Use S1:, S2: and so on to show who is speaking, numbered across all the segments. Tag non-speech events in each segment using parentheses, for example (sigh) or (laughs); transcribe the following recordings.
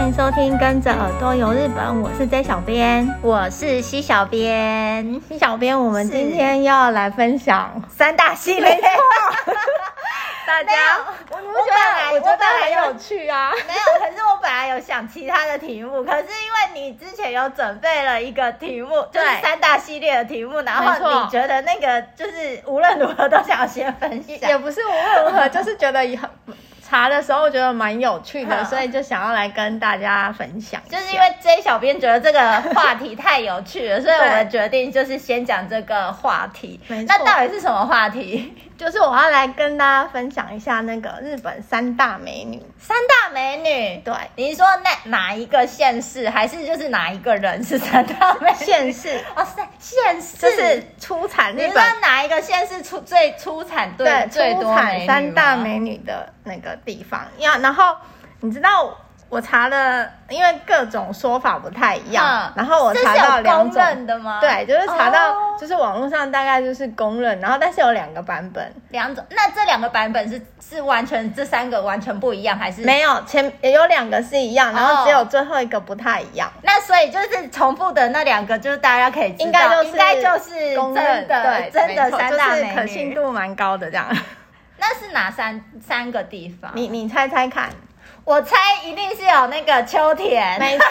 S1: 迎收听《跟着耳朵游日本》，我是 J 小编。
S2: 我是西小编，
S1: 西小编，我们
S2: 是
S1: 今天要来分享，
S2: 三大系 (laughs) 列，大家，我
S1: 我
S2: 我本来
S1: 我觉得
S2: 本来
S1: 很
S2: 有
S1: 有趣啊。
S2: 没有，可是我本来有想其他的题目，可是因为你之前有准备了一个题目，就是
S1: 对
S2: 三大系列的题目，然
S1: 没错
S2: 后你觉得那个就是无论如何都想要先分
S1: 也
S2: 享。
S1: 不是无论如何，就是觉得以后查的时候觉得蛮有趣的，
S2: 嗯
S1: 所以就想要来跟大家分享一下。
S2: 就是因为 J 小编觉得这个话题太有趣 (laughs) 了，所以我
S1: 对
S2: 们决定就是先讲这个话题
S1: 没错。
S2: 那到底是什么话题？
S1: 就是我要来跟大家分享一下那个日本三大美女。
S2: 三大美女，
S1: 对，
S2: 你说那哪一个县市，还是就是哪一个人 (laughs) 是三大美女？
S1: 县市
S2: 哦，是县市，
S1: 就是出产
S2: 你
S1: 日
S2: 知道
S1: 本
S2: 哪一个县市出最出产最
S1: 对
S2: 最
S1: 出
S2: 多美
S1: 产
S2: 女
S1: 三大
S2: 吗
S1: 美女的那个地方呀。然后你知道我查了，因为各种说法不太一
S2: 嗯
S1: 样，啊然后我
S2: 这是
S1: 查到
S2: 有
S1: 两
S2: 公
S1: 种。
S2: 认的吗？
S1: 对，就是查到，
S2: 哦
S1: 就是网络上大概就是公认，然后但是有两个版本，
S2: 两种。那这两个版本是是完全这三个完全不一样，还是？
S1: 没有前也有两个是一样，然后
S2: 嗯哦
S1: 只有最后一个不太一样。
S2: 那所以就是重复的那两个，就是大家可以知道，
S1: 应该就是
S2: 应该就是
S1: 公认
S2: 真的
S1: 对，
S2: 真的
S1: 没错
S2: 三大
S1: 就是
S2: 美女。
S1: 可信度蛮高的这样。
S2: 那是哪三三个地方？
S1: 你你猜猜看，
S2: 我猜一定是有那个秋田，
S1: 没错，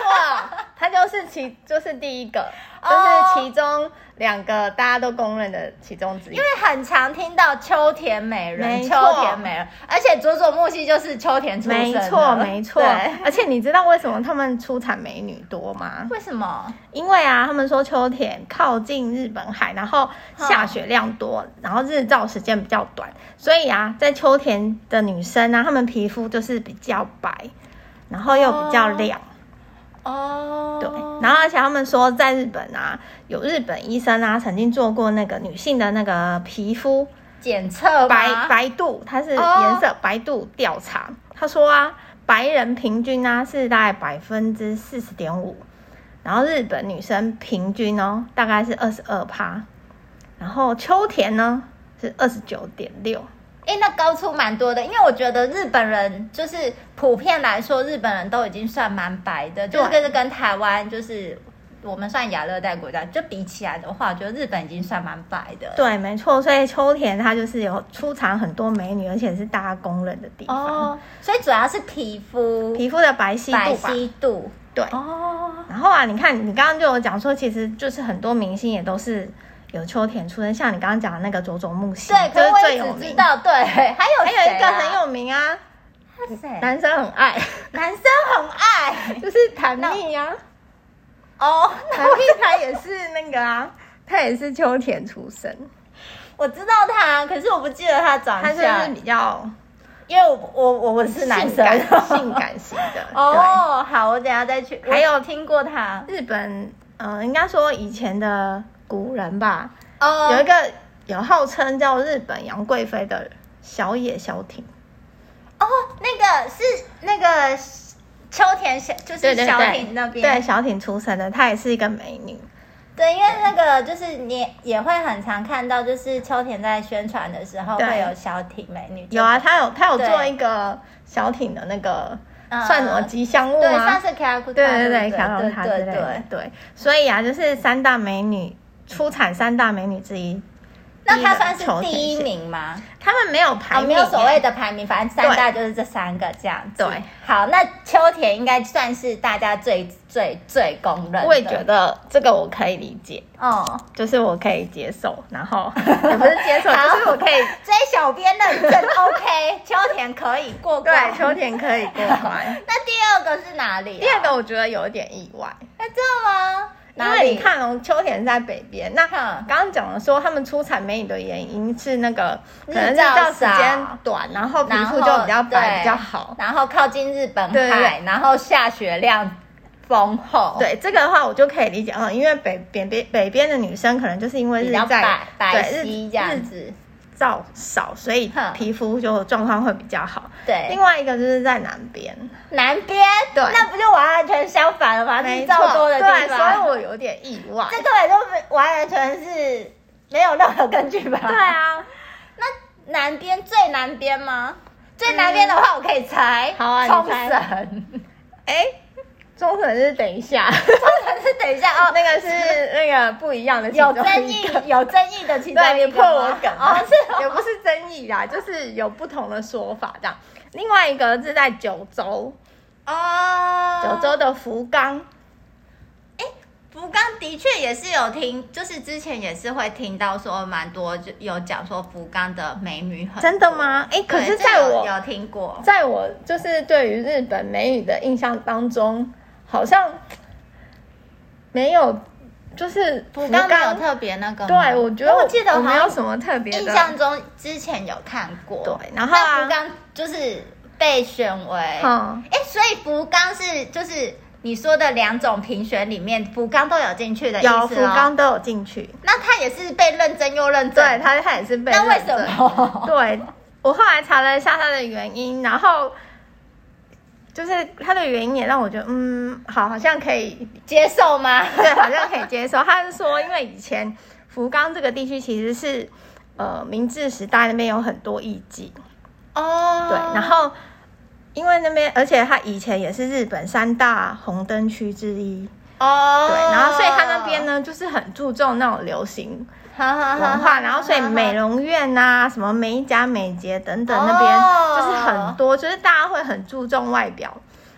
S1: 它就是其就是第一个，就
S2: 哦
S1: 是其中两个大家都公认的其中之一
S2: 因。为很常听到秋田美人，
S1: 没
S2: 秋
S1: 错
S2: 田美人，而且佐佐木希就是秋田出身
S1: 没
S2: 的，
S1: 错，没错
S2: 对。
S1: 而且你知道为什么他们出产美女多吗？
S2: 为什么？
S1: 因为啊，他们说秋田靠近日本海，然后下雪量多，然后日照时间比较短，所以啊，在秋田的女生啊，她们皮肤就是比较白，然后又比较亮。
S2: 哦，
S1: 对，然后而且他们说，在日本啊，有日本医生啊，曾经做过那个女性的那个皮肤
S2: 检测
S1: 白
S2: 吗，
S1: 白度，它是
S2: 哦
S1: 颜色白度调查。他说啊，白人平均啊是大概百分之四十点五，然后日本女生平均哦大概是二十二趴，然后秋田呢是二十九点六。
S2: 哎、那高出蛮多的，因为我觉得日本人就是普遍来说，日本人都已经算蛮白的，就是
S1: 对
S2: 跟跟台湾就是我们算亚热带国家就比起来的话，我觉得日本已经算蛮白的。
S1: 对，没错，所以秋田它就是有出产很多美女，而且是大家公认的地方。
S2: 哦，所以主要是皮肤
S1: 皮肤的白皙
S2: 白
S1: 度吧，
S2: 皙度
S1: 对，
S2: 哦，
S1: 然后啊，你看你刚刚就有讲说，其实就是很多明星也都是有秋田出身，像你刚刚讲的那个佐佐木希，
S2: 对，可
S1: 就是是
S2: 我
S1: 最
S2: 也
S1: 有
S2: 只知
S1: 名。
S2: 道啊对， (laughs) 还有
S1: 还有一个很
S2: 有
S1: 有名啊，
S2: 谁啊
S1: 男生很
S2: (laughs)
S1: 爱，
S2: 男生很爱 (laughs)
S1: 就是谭蜜啊，
S2: 哦，
S1: 谭蜜她也是那个啊，她也是秋田出身，
S2: 我知道他，可是我不记得他长
S1: 她就是
S2: 相，
S1: 比较
S2: 因为我我我我是男
S1: 性
S2: 生
S1: 感性感型的。对，
S2: (laughs) 哦，好，我等一下再去。
S1: 还有
S2: 我听过他
S1: 日本呃，应该说以前的古人吧，
S2: 哦
S1: 有一个有号称叫日本杨贵妃的小野小町。
S2: 哦，那个是那个秋田小，就是小
S1: 对
S2: 艇那边
S1: 对小挺出生的，她也是一个美女。
S2: 对，因为那个就是你也会很常看到，就是秋田在宣传的时候
S1: 对
S2: 会有小艇美女，
S1: 有啊，她有她有
S2: 对
S1: 做一个小挺的那个
S2: 嗯
S1: 算什么吉祥物
S2: 对，上
S1: 吗？
S2: 次 Kaku
S1: 对对对，
S2: 对
S1: 卡龙塔之类
S2: 对
S1: 的
S2: 对。。
S1: 对，所以啊，就是三大美女出产三大美女之一。
S2: 那他算是
S1: 秋
S2: 第
S1: 田
S2: 一
S1: 县，
S2: 名吗？
S1: 他们没有
S2: 啊，
S1: 排名，
S2: 没有所谓。的排名，反正三大就是这三个这样子。
S1: 对，
S2: 好，那秋田应该算是大家最最最公认的。
S1: 我也觉，得这个我可以理解，
S2: 哦，
S1: 就是我可以接受，然
S2: (laughs)
S1: 后也不是接受，
S2: 好
S1: 就是我可以
S2: 追小编认证 OK，秋 (laughs) 田可以过关。
S1: 对秋田可以过
S2: (laughs)
S1: 关。
S2: 那第二个是哪里、啊？
S1: 第二，个我觉得有一点意外，
S2: 哎，这吗？
S1: 因
S2: 哪
S1: 为
S2: 里？
S1: 你，看哦，秋田在北边，那
S2: 嗯
S1: 刚刚讲了说他们出产美女的原因是那个可
S2: 日
S1: 能日
S2: 照
S1: 照时间
S2: 少
S1: 短，然后皮
S2: 然
S1: 肤
S2: 后
S1: 就比较白
S2: 对
S1: 比较好。
S2: 然后靠近日本
S1: 对对
S2: 海，然后下雪量丰厚，，
S1: 对这个的话，我就可以理解嗯，因为北边边北边的女生可能就是因为
S2: 比
S1: 日
S2: 较
S1: 在
S2: 白白
S1: 对
S2: 皙
S1: 日
S2: 这样
S1: 日
S2: 子。
S1: 照少，所以
S2: 哼
S1: 皮肤就状况会比较好。
S2: 对，
S1: 另外一个就是在南边，
S2: 南边，
S1: 对
S2: 那不就完全相反了吗？啊日
S1: 没
S2: 照
S1: 错，
S2: 多的地方，
S1: 对，所以我有点意
S2: (laughs)
S1: 外。
S2: 这根本就完全是没有任何根据吧？
S1: 对，啊，
S2: 那南边最南边吗？最南边的话，我可以猜，
S1: 嗯好啊你
S2: 冲
S1: 猜
S2: 绳。
S1: (laughs) 哎，中肯是等一下，
S2: 但是等一下哦，
S1: (laughs) 那个是
S2: (laughs)
S1: 那个不一样的其
S2: 有
S1: 中
S2: 争
S1: 一
S2: 议
S1: 个，
S2: 有争议的其中
S1: 对
S2: 一
S1: 你
S2: 个
S1: 破我
S2: 吗
S1: 梗
S2: 哦，是哦
S1: 也不是争议啦，就是有不同的说法这样。另外一个是在九州，
S2: 哦，
S1: 九州的福冈，
S2: 福冈的确也是有听，就是之前也是会听到说蛮多，就有讲说福冈的美女很多
S1: 真的？吗？哎，
S2: 对
S1: 可是
S2: 这
S1: 在
S2: 有
S1: 我
S2: 有听过，
S1: 在我就是对于日本美语的印象当中，好像没有，就是
S2: 福冈
S1: 冈
S2: 没有特别那个吗。
S1: 对，我觉得
S2: 我记得
S1: 我
S2: 好
S1: 没有
S2: 像
S1: 什么特别的
S2: 印象中之前有看过。
S1: 对然后啊
S2: 但福冈就是被选为，哎、
S1: 嗯，
S2: 所以福冈是就是你说的两种评选里面，福冈都有进去的意思
S1: 有
S2: 哦。
S1: 福冈都有进去，
S2: 那他也是被认真又认真，
S1: 对，他他也是被
S2: 那为
S1: 认
S2: 什
S1: 证
S2: 么？
S1: (laughs) 对我后来查了一下它的原因，然后就是它的原因也让我觉得，嗯，好，好像可以，
S2: 接受吗？
S1: 对，好像可以接受。他是说，因为以前福冈这个地区其实是呃明治时代那边有很多艺妓，
S2: 哦，
S1: 对，然后。因为那边，而且它以前也是日本三大红灯区之一，
S2: 哦，
S1: 对，然后所以它那边，呢，就是很注重那种流行文
S2: 文
S1: 化，然后所以美容院啊、什么美甲、美睫等等，那边
S2: 哦
S1: 就是很多，就是大家会很注重外表，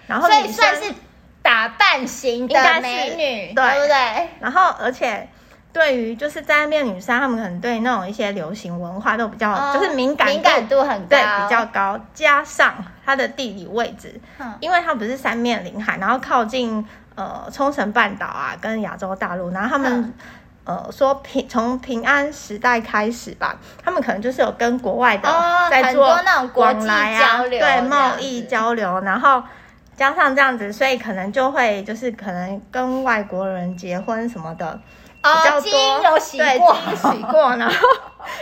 S1: 然后
S2: 所以
S1: 女生
S2: 算是打扮型
S1: 应该
S2: 的
S1: 是
S2: 美女，
S1: 对
S2: 对不对？
S1: 然后而且对于就是在那边女生，她们可能对那种一些流行文化都比较、
S2: 哦
S1: 就是敏感
S2: 敏感度很高，
S1: 对比较高，加上它的地理位置，
S2: 嗯
S1: 因为它不是三面临海，然后靠近呃冲绳半岛啊，跟亚洲大陆，然后他们、
S2: 嗯
S1: 呃说平从平安时代开始吧，他们可能就是有跟国外的、
S2: 哦
S1: 在做
S2: 很多那种国际
S1: 往来啊，
S2: 交流
S1: 对贸
S2: 这样
S1: 易
S2: 子
S1: 交流，然后。加上这样子，所以可能就会就是可能跟外国人结婚什么的，比较
S2: 哦，
S1: 多
S2: 基因有洗
S1: 对
S2: 过
S1: 基因洗
S2: (laughs)
S1: 过， (laughs) 然后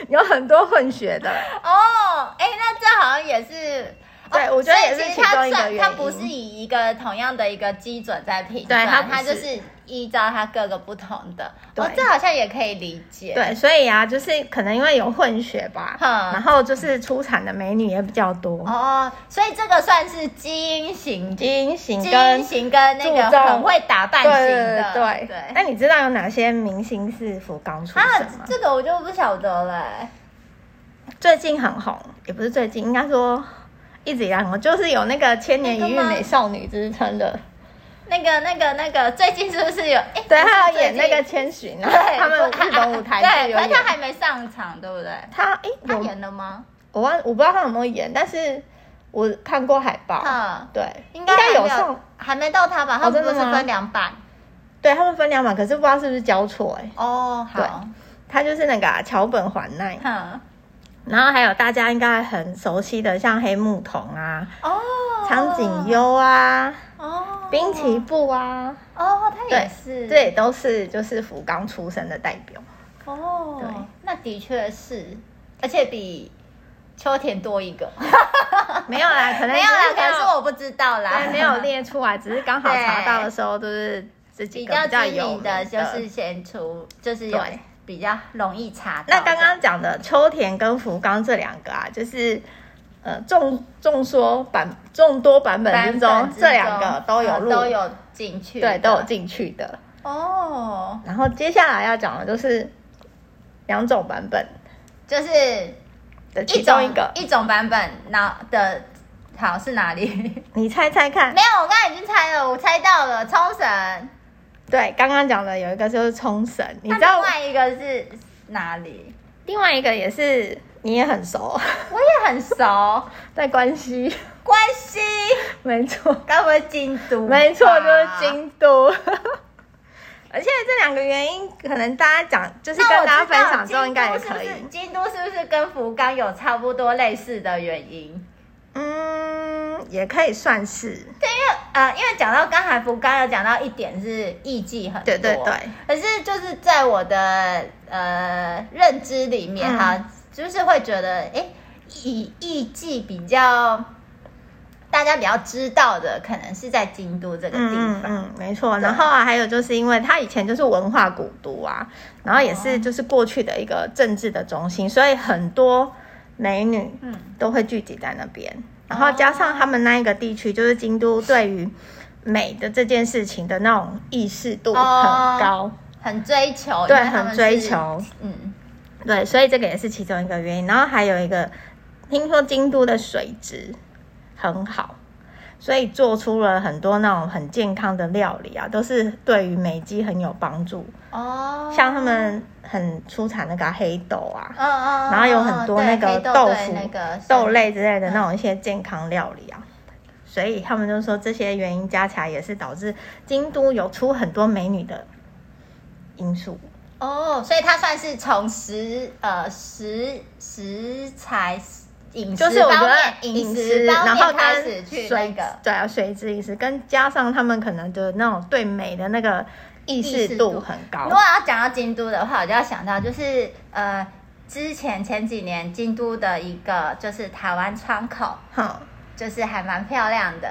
S1: 有很多混血的，
S2: 哦，哎，那这好像也是。
S1: 对
S2: 哦
S1: 我觉得也
S2: 所以
S1: 是
S2: 其实
S1: 其
S2: 它
S1: 中一个
S2: 算
S1: 原因
S2: 它不是以一个同样的一个基准在评断，
S1: 对它不
S2: 它就是是依照它各个不同的。哦
S1: 对，
S2: 这好像也可以理解。，
S1: 对，所以啊，就是可能因为有混血吧，
S2: 哼
S1: 然后就是出产的美女也比较多，
S2: 哦，所以这个算是基因型
S1: 基因型
S2: 基
S1: 跟
S2: 因型跟那个
S1: 注重
S2: 很会打扮
S1: 对
S2: 型
S1: 对
S2: 的，
S1: 对哎
S2: 对。
S1: 那你知道有哪些明星是福冈出
S2: 啊
S1: 生吗，？
S2: 这个我就不晓得了、
S1: 最近很红，也不是最近，应该说一直以来很红，就是有那个千年一
S2: 那
S1: 遇
S2: 个吗哦
S1: 美少女之称的，
S2: 那个、那个、那个，最近是不是有？哎、
S1: 对，
S2: 不是
S1: 她有演那
S2: 最
S1: 个
S2: 近
S1: 千寻啊
S2: 对，，
S1: 他们
S2: 不
S1: 日本舞台剧
S2: 对，
S1: 有
S2: 可是
S1: 演
S2: 他。还没上场，对不对？
S1: 他哎，
S2: 他
S1: 我
S2: 演了吗？
S1: 我忘我不知道他有没有演，但是我看过海报，
S2: 嗯，
S1: 对，
S2: 应该还没
S1: 哦有上，，哦
S2: 还没到他吧？他们
S1: 真
S2: 不
S1: 的
S2: 是
S1: 吗
S2: 分两版？
S1: 对他们分两版，可是不知道是不是交错哎、
S2: 哦，好，
S1: 他就是那个啊桥、本环奈，
S2: 哼，
S1: 然后还有大家应该很熟悉的，像黑木瞳啊、
S2: 哦，
S1: 苍井优啊、
S2: 哦，
S1: 滨崎步啊，
S2: 哦，他也
S1: 对
S2: 是，
S1: 这，也都是就是福冈出身的代
S2: (laughs)
S1: 表。
S2: 哦，
S1: 对，
S2: 那的确是，而且比秋田多一个，
S1: (laughs) 没有啦，可能
S2: 没有啦，
S1: 只
S2: 可能是我不知道啦 (laughs)
S1: 对，没有列出来，只是刚好查到的时候就是自
S2: 比
S1: 己
S2: 较
S1: 较
S2: 知
S1: 有
S2: 名
S1: 名
S2: 的就是先出，就是有
S1: 对
S2: 比较容易查到的。
S1: 那刚刚讲的秋田跟福冈这两个啊，就是呃众众说版众多版本之中，这两个都有
S2: 呃
S1: 入，
S2: 都有进去的，
S1: 对都有进去的。
S2: 哦，
S1: 然后接下来要讲的就是两种版本
S2: 就是
S1: 的其
S2: 一
S1: 中
S2: 种
S1: 一个，
S2: 一种版本，那的好是哪里？ (laughs)
S1: 你猜猜看
S2: 没。有，我刚才已经猜了，我猜到了冲绳。
S1: 对，刚刚讲的有一个就是冲绳，你
S2: 那
S1: 知道
S2: 另外一个是哪里？
S1: 另外一个也是你也很熟， (laughs)
S2: 我也很熟，
S1: 在
S2: (laughs)
S1: 关西，
S2: 关西，
S1: 没错。
S2: 该不会京都吧？
S1: 没错，就是京都。 (laughs) 而且这两个原因，可能大家讲就是跟
S2: 那我
S1: 大
S2: 知道
S1: 家分享之后，应该也
S2: 京都
S1: 可以
S2: 是不。是京都是不是跟福冈有差不多类似的原因？
S1: 嗯，也可以算是
S2: 呃，因为讲到刚才福冈有讲到一点是艺伎很多，
S1: 对对对。
S2: 可是就是在我的呃认知里面
S1: 嗯
S2: 哈、就是会觉得哎，诶以艺伎比较大家比较知道的，可能是在京都这个地
S1: 嗯嗯
S2: 方。
S1: 嗯，没错。
S2: 对
S1: 然后啊，还有就是因为它以前就是文化古都啊，然后也是就是过去的一个政治的中心，所以很多美女
S2: 嗯
S1: 都会聚集在那边。然后加上他们那一个地区，就是京都对于美的这件事情的那种意识度哦很
S2: 哦
S1: 高。
S2: 很追求，
S1: 对
S2: 因为他们
S1: 很追
S2: 是
S1: 求，
S2: 嗯，
S1: 对，所以这个也是其中一个原因。然后还有一个，听说京都的水质很好，所以做出了很多那种很健康的料理啊，都是对于美肌很有帮助。
S2: 哦，
S1: 像他，们很出产那个黑豆啊，
S2: 嗯嗯，
S1: 然后有很多
S2: 嗯
S1: 那
S2: 对
S1: 个
S2: 黑豆
S1: 豆
S2: 对
S1: 腐
S2: 那个
S1: 豆
S2: 生
S1: 类之类的那种一些健康料理啊。所以他们就说这些原因加起来也是导致京都有出很多美女的因素。
S2: 哦，所以它算是从食呃食食材饮食
S1: 就是我觉
S2: 方面
S1: 得
S2: 饮
S1: 食，
S2: 食方
S1: 然
S2: 面
S1: 后
S2: 开
S1: 跟
S2: 始去那
S1: 水
S2: 个
S1: 对啊，水质饮食，跟加上他们可能的那种对美的那个意
S2: 意
S1: 识
S2: 识
S1: 度
S2: 度
S1: 很
S2: 如
S1: 高
S2: 果，要讲到京都的话，我就要想到就是呃，之前前几年京都的一个就是台湾窗口，
S1: 哼、
S2: 就是还蛮漂亮的。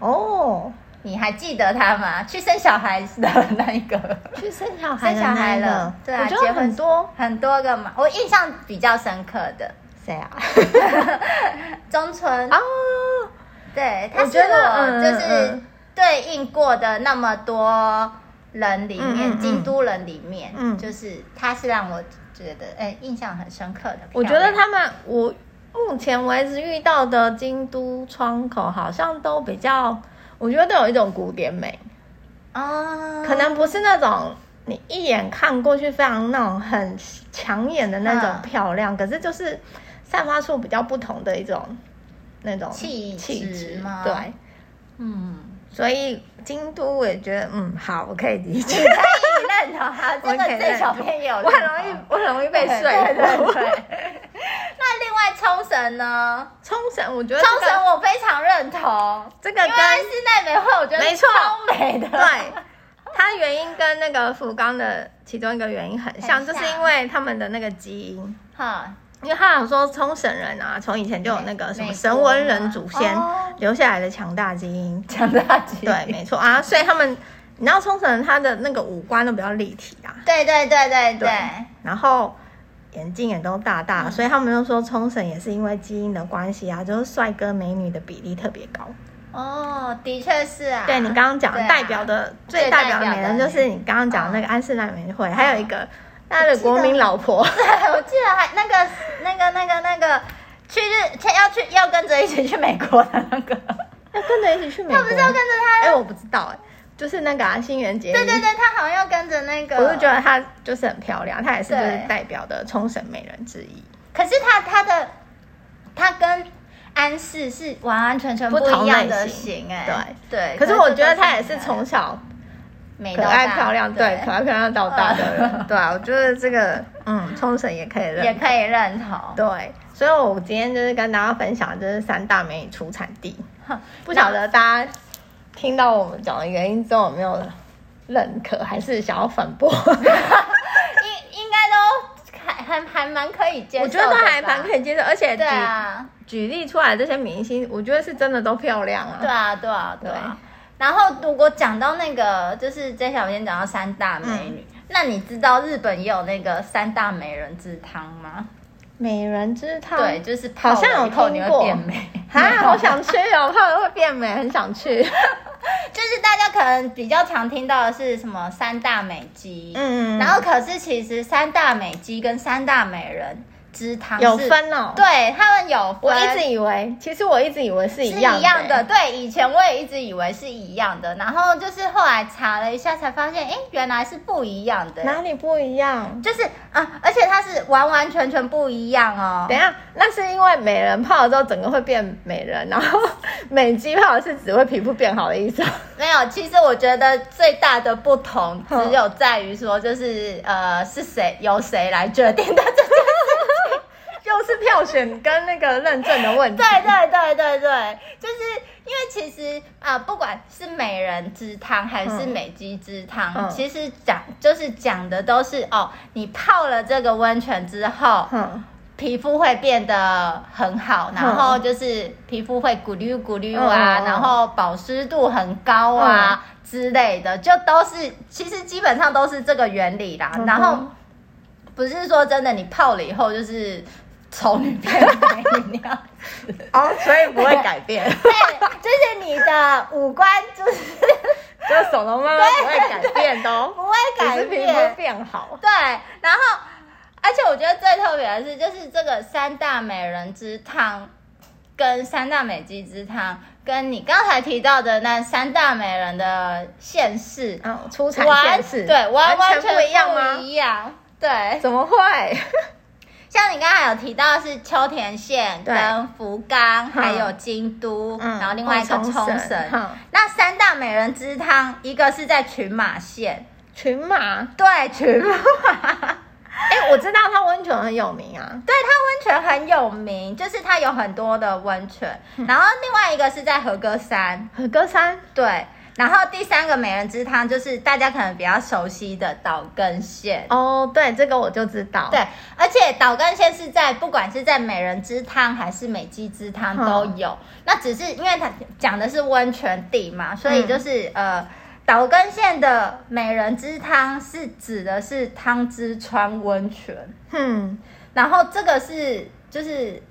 S1: 哦，
S2: 你还记得他吗？去生小孩的那一个， (laughs)
S1: 去生小孩的
S2: 生小孩
S1: 那个
S2: 了对啊
S1: 我觉
S2: 结
S1: 得
S2: 婚
S1: 很多
S2: 很多个嘛。我印象比较深刻的
S1: 谁啊？
S2: 中村，
S1: (laughs) 啊，
S2: 对，他
S1: 我
S2: 是
S1: 觉得
S2: 我
S1: 嗯
S2: 就是
S1: 嗯
S2: 对应过的那么多人里面，
S1: 嗯嗯嗯
S2: 京都人里面，
S1: 嗯
S2: 就是他是让我觉得哎、印象很深刻的。
S1: 我觉得他们我目前为止遇到的京都窗口好像都比较，我觉得都有一种古典美，
S2: 啊，
S1: 可能不是那种你一眼看过去非常那种很抢眼的那种
S2: 嗯
S1: 漂亮，可是就是散发出比较不同的一种那种
S2: 气
S1: 气
S2: 质
S1: 质
S2: 吗
S1: 对，
S2: 嗯。
S1: 所以京都我也觉得嗯好，我可以理解
S2: 你。可
S1: (laughs)
S2: 以认同他，
S1: 我
S2: 这个
S1: 可以
S2: 这
S1: 认
S2: 小
S1: 同
S2: 片也有认
S1: 我
S2: 同，
S1: 很容易，我很容易被
S2: 对
S1: 说
S2: 对对
S1: 服。
S2: 对那另外冲绳呢？
S1: (laughs) 冲绳，我觉得
S2: 冲
S1: 这个
S2: 绳我非常认同，
S1: 嗯这个
S2: 因为
S1: 跟
S2: 是奈美惠，我觉得
S1: 没错
S2: 超美的。
S1: 对，它原因跟那个福冈的其中一个原因很像，
S2: 很
S1: 就是
S2: 像
S1: 因为他们的那个基因。
S2: (laughs) 哈，
S1: 因为他有说冲绳人啊，从以前就有那个什么神文人祖先
S2: 美国吗哦
S1: 留下来的强大基因，
S2: 强大肌 (laughs)
S1: 对，没错啊，所以他们，你知道冲绳人他的那个五官都比较立体啊，
S2: 对对对对对嗯
S1: 对，然后眼睛也都大大，所以他们就说冲绳也是因为基因的关系啊，就是帅哥美女的比例特别高。
S2: 哦，的确是啊。
S1: 对你刚刚讲
S2: 对啊
S1: 代表的最
S2: 最
S1: 代表的
S2: 代表
S1: 美
S2: 的嗯
S1: 人，就是你刚刚讲的那个安室奈美惠，还有一个他的国民老婆。 (laughs)
S2: 对， (laughs) 我记得还那个那个那个那个去日去要去要跟着一起去美国的那个，
S1: 要跟着一起去美国？
S2: 他不是要跟着他？
S1: 哎、我不知道哎、就是那个、啊、新垣结衣，
S2: 对对对，他好像要跟着那个。
S1: 我就觉得她就是很漂亮，她也是就
S2: 啊对
S1: 是代表的冲绳美人之一，
S2: 可是他他的他跟安室是完完全全
S1: 不同
S2: 一样的
S1: 类型
S2: 型哎、对。
S1: 可是我觉得她也
S2: 这
S1: 是
S2: 都
S1: 从小
S2: 美
S1: 可
S2: 到
S1: 爱
S2: 大
S1: 漂亮，对，可爱漂亮到大的人，
S2: 嗯
S1: (laughs) 对啊，我觉得这个嗯，冲绳也可以
S2: 也
S1: 认，
S2: 可以认同。
S1: 对。所以，我今天就是跟大家分享，就是三大美女出产地。
S2: 哼
S1: 不晓得大家听到我们讲的原因之后有没有认可，还是想要反驳？ (laughs)
S2: 应应该都还还还蛮可以接受
S1: 我
S2: 的
S1: 觉
S2: 吧，
S1: 得都还蛮可以接受，而且
S2: 对
S1: 举
S2: 啊，
S1: 举例出来这些明星，我觉得是真的都漂亮啊。
S2: 对啊，对啊，对啊。然后如果讲到那个，就是这小先讲到三大美女，
S1: 嗯
S2: 那你知道日本也有那个三大美人之汤吗？
S1: 美人之汤，
S2: 对，就是泡
S1: 好像
S2: 了
S1: 有
S2: 以后你
S1: 听
S2: 会
S1: 过
S2: 变美。
S1: 啊，
S2: (laughs)
S1: 好想去哦，怕会变美，很想去。
S2: 就是大家可能比较常听到的是什么三大美肌，
S1: 嗯
S2: 然后可是其实三大美肌跟三大美人之汤
S1: 有
S2: 是，
S1: 分哦。，
S2: 对他们有分，
S1: 我一直以为，其实我一直以为是
S2: 是
S1: 一样
S2: 一样的，
S1: 的。
S2: 对，以前我也一直以为是一样的，然后就是后来查了一下才发现，哎，原来是不一样的，
S1: 哪里不一样？
S2: 就是啊，而且它是完完全全不一样哦
S1: 等。一下，那是因为美人泡了之后，整个会变美人，然后美肌泡的是只会皮肤变好的意思哦。
S2: 没有，其实我觉得最大的不同
S1: 哼
S2: 只有在于说，就是呃，是谁由谁来决定的这件
S1: (laughs) 又是票选跟那个认证的问题。
S2: 对对对对对，就是因为其实啊、呃不管是美人之汤还是
S1: 嗯
S2: 美肌之汤，
S1: 嗯
S2: 其实讲就是讲的都是哦，你泡了这个温泉之后，
S1: 哼，
S2: 皮肤会变得很好，然后就是皮肤会咕噜咕噜啊，
S1: 嗯嗯嗯
S2: 然后保湿度很高啊、之类的，就都是其实基本上都是这个原理啦。
S1: 嗯哼
S2: 然后不是说真的，你泡了以后就是丑女变美女那样。
S1: (laughs) 哦，所以不会改变。
S2: 对，就是你的五官就是
S1: 这手头慢慢不会改变的哦，
S2: 不会改
S1: 只是皮
S2: 变
S1: 肤。变好。
S2: 对，然后而且我觉得最特别的是，就是这个三大美人之汤跟三大美肌之汤，跟你刚才提到的那三大美人的县市，
S1: 嗯，出产
S2: 完
S1: 县市
S2: 对，完
S1: 完
S2: 全
S1: 不一样吗
S2: 不？一样对，
S1: 怎么会？
S2: 像你刚才有提到是秋田县、
S1: 对
S2: 跟福冈，还有
S1: 嗯
S2: 京都，
S1: 嗯
S2: 然后另外一个
S1: 哦冲
S2: 冲
S1: 绳
S2: 绳
S1: 嗯。
S2: 那三大美人之汤，一个是在群马县，
S1: 群马，
S2: 对，群马，
S1: 哎、我知道它温泉很有名啊。
S2: 对，它温泉很有名，就是它有很多的温泉。
S1: 嗯
S2: 然后另外一个是在和歌山，
S1: 和歌山，
S2: 对。然后第三个美人之汤就是大家可能比较熟悉的岛根县。
S1: 哦，对，这个我就知道。
S2: 对，而且岛根县是在不管是在美人之汤还是美肌之汤都有，那只是因为它讲的是温泉地
S1: 嗯
S2: 嘛，所以就是、呃，岛根县的美人之汤是指的是汤之川温泉， (laughs)
S1: 嗯，
S2: 然后这个是就是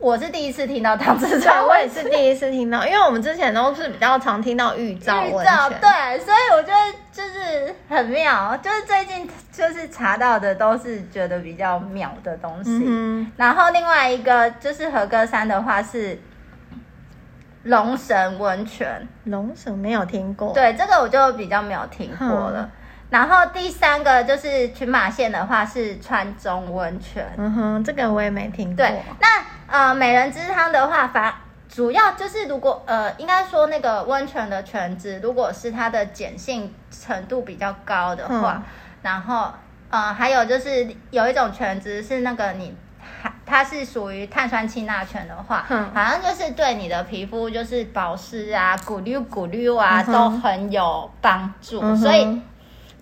S2: 我是第一次听到汤之
S1: 对，
S2: 川
S1: 我
S2: 温
S1: 也
S2: 泉。
S1: 是第一次听到，因为我们之前都是比较常听到玉照温
S2: 照
S1: 泉。
S2: 对，所以我觉得就是很妙，就是最近就是查到的都是觉得比较妙的东西。
S1: 嗯
S2: 然后另外一个就是和歌山的话是龙神温泉，
S1: 哼，龙神没有听过。，
S2: 对这个我就比较没有听过了。然后第三个就是群马县的话是川中温泉，
S1: 嗯哼，这个我也没听过。
S2: 对，那呃美人之汤的话，反主要就是如果呃应该说那个温泉的泉质，如果是它的碱性程度比较高的话，
S1: 嗯
S2: 然后呃还有就是有一种泉质是那个你。它它是属于碳酸氢钠泉的话，
S1: 嗯
S2: 好像就是对你的皮肤就是保湿啊、咕溜咕溜啊、
S1: 嗯哼
S2: 都很有帮助，
S1: 嗯哼
S2: 所以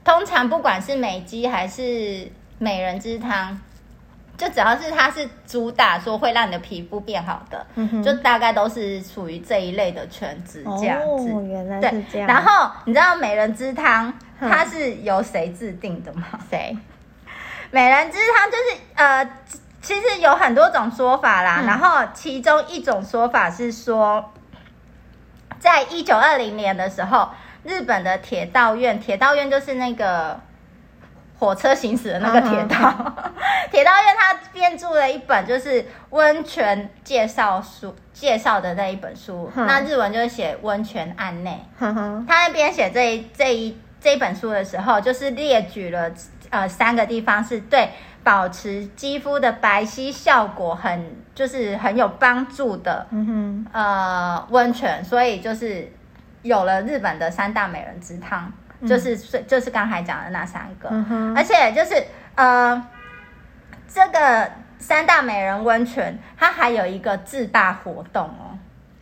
S2: 通常不管是美肌还是美人之汤，就只要是它是主打说会让你的皮肤变好的，
S1: 嗯哼
S2: 就大概都是属于这一类的全职这样子。
S1: 哦，原来是这
S2: 对，
S1: 样。
S2: 然后你知道美人之汤
S1: 嗯
S2: 它是由谁制定的吗？
S1: 谁？
S2: 美人之汤就是呃，其其实有很多种说法啦。
S1: 嗯
S2: 然后其中一种说法是说，在一九二零年的时候，日本的铁道院，铁道院就是那个火车行驶的那个铁
S1: 嗯
S2: 道，铁道院它编著了一本就是温泉介绍书介绍的那一本书，
S1: 嗯
S2: 那日文就是写温泉案内。
S1: 哼嗯哼，
S2: 他那边写这一这一这一本书的时候，就是列举了呃三个地方是对保持肌肤的白皙效果很就是很有帮助的
S1: 嗯哼，
S2: 呃温泉，所以就是有了日本的三大美人之汤，就是就是刚才讲的那三个，
S1: 嗯哼，
S2: 而且就是呃这个三大美人温泉，它还有一个自霸活动哦。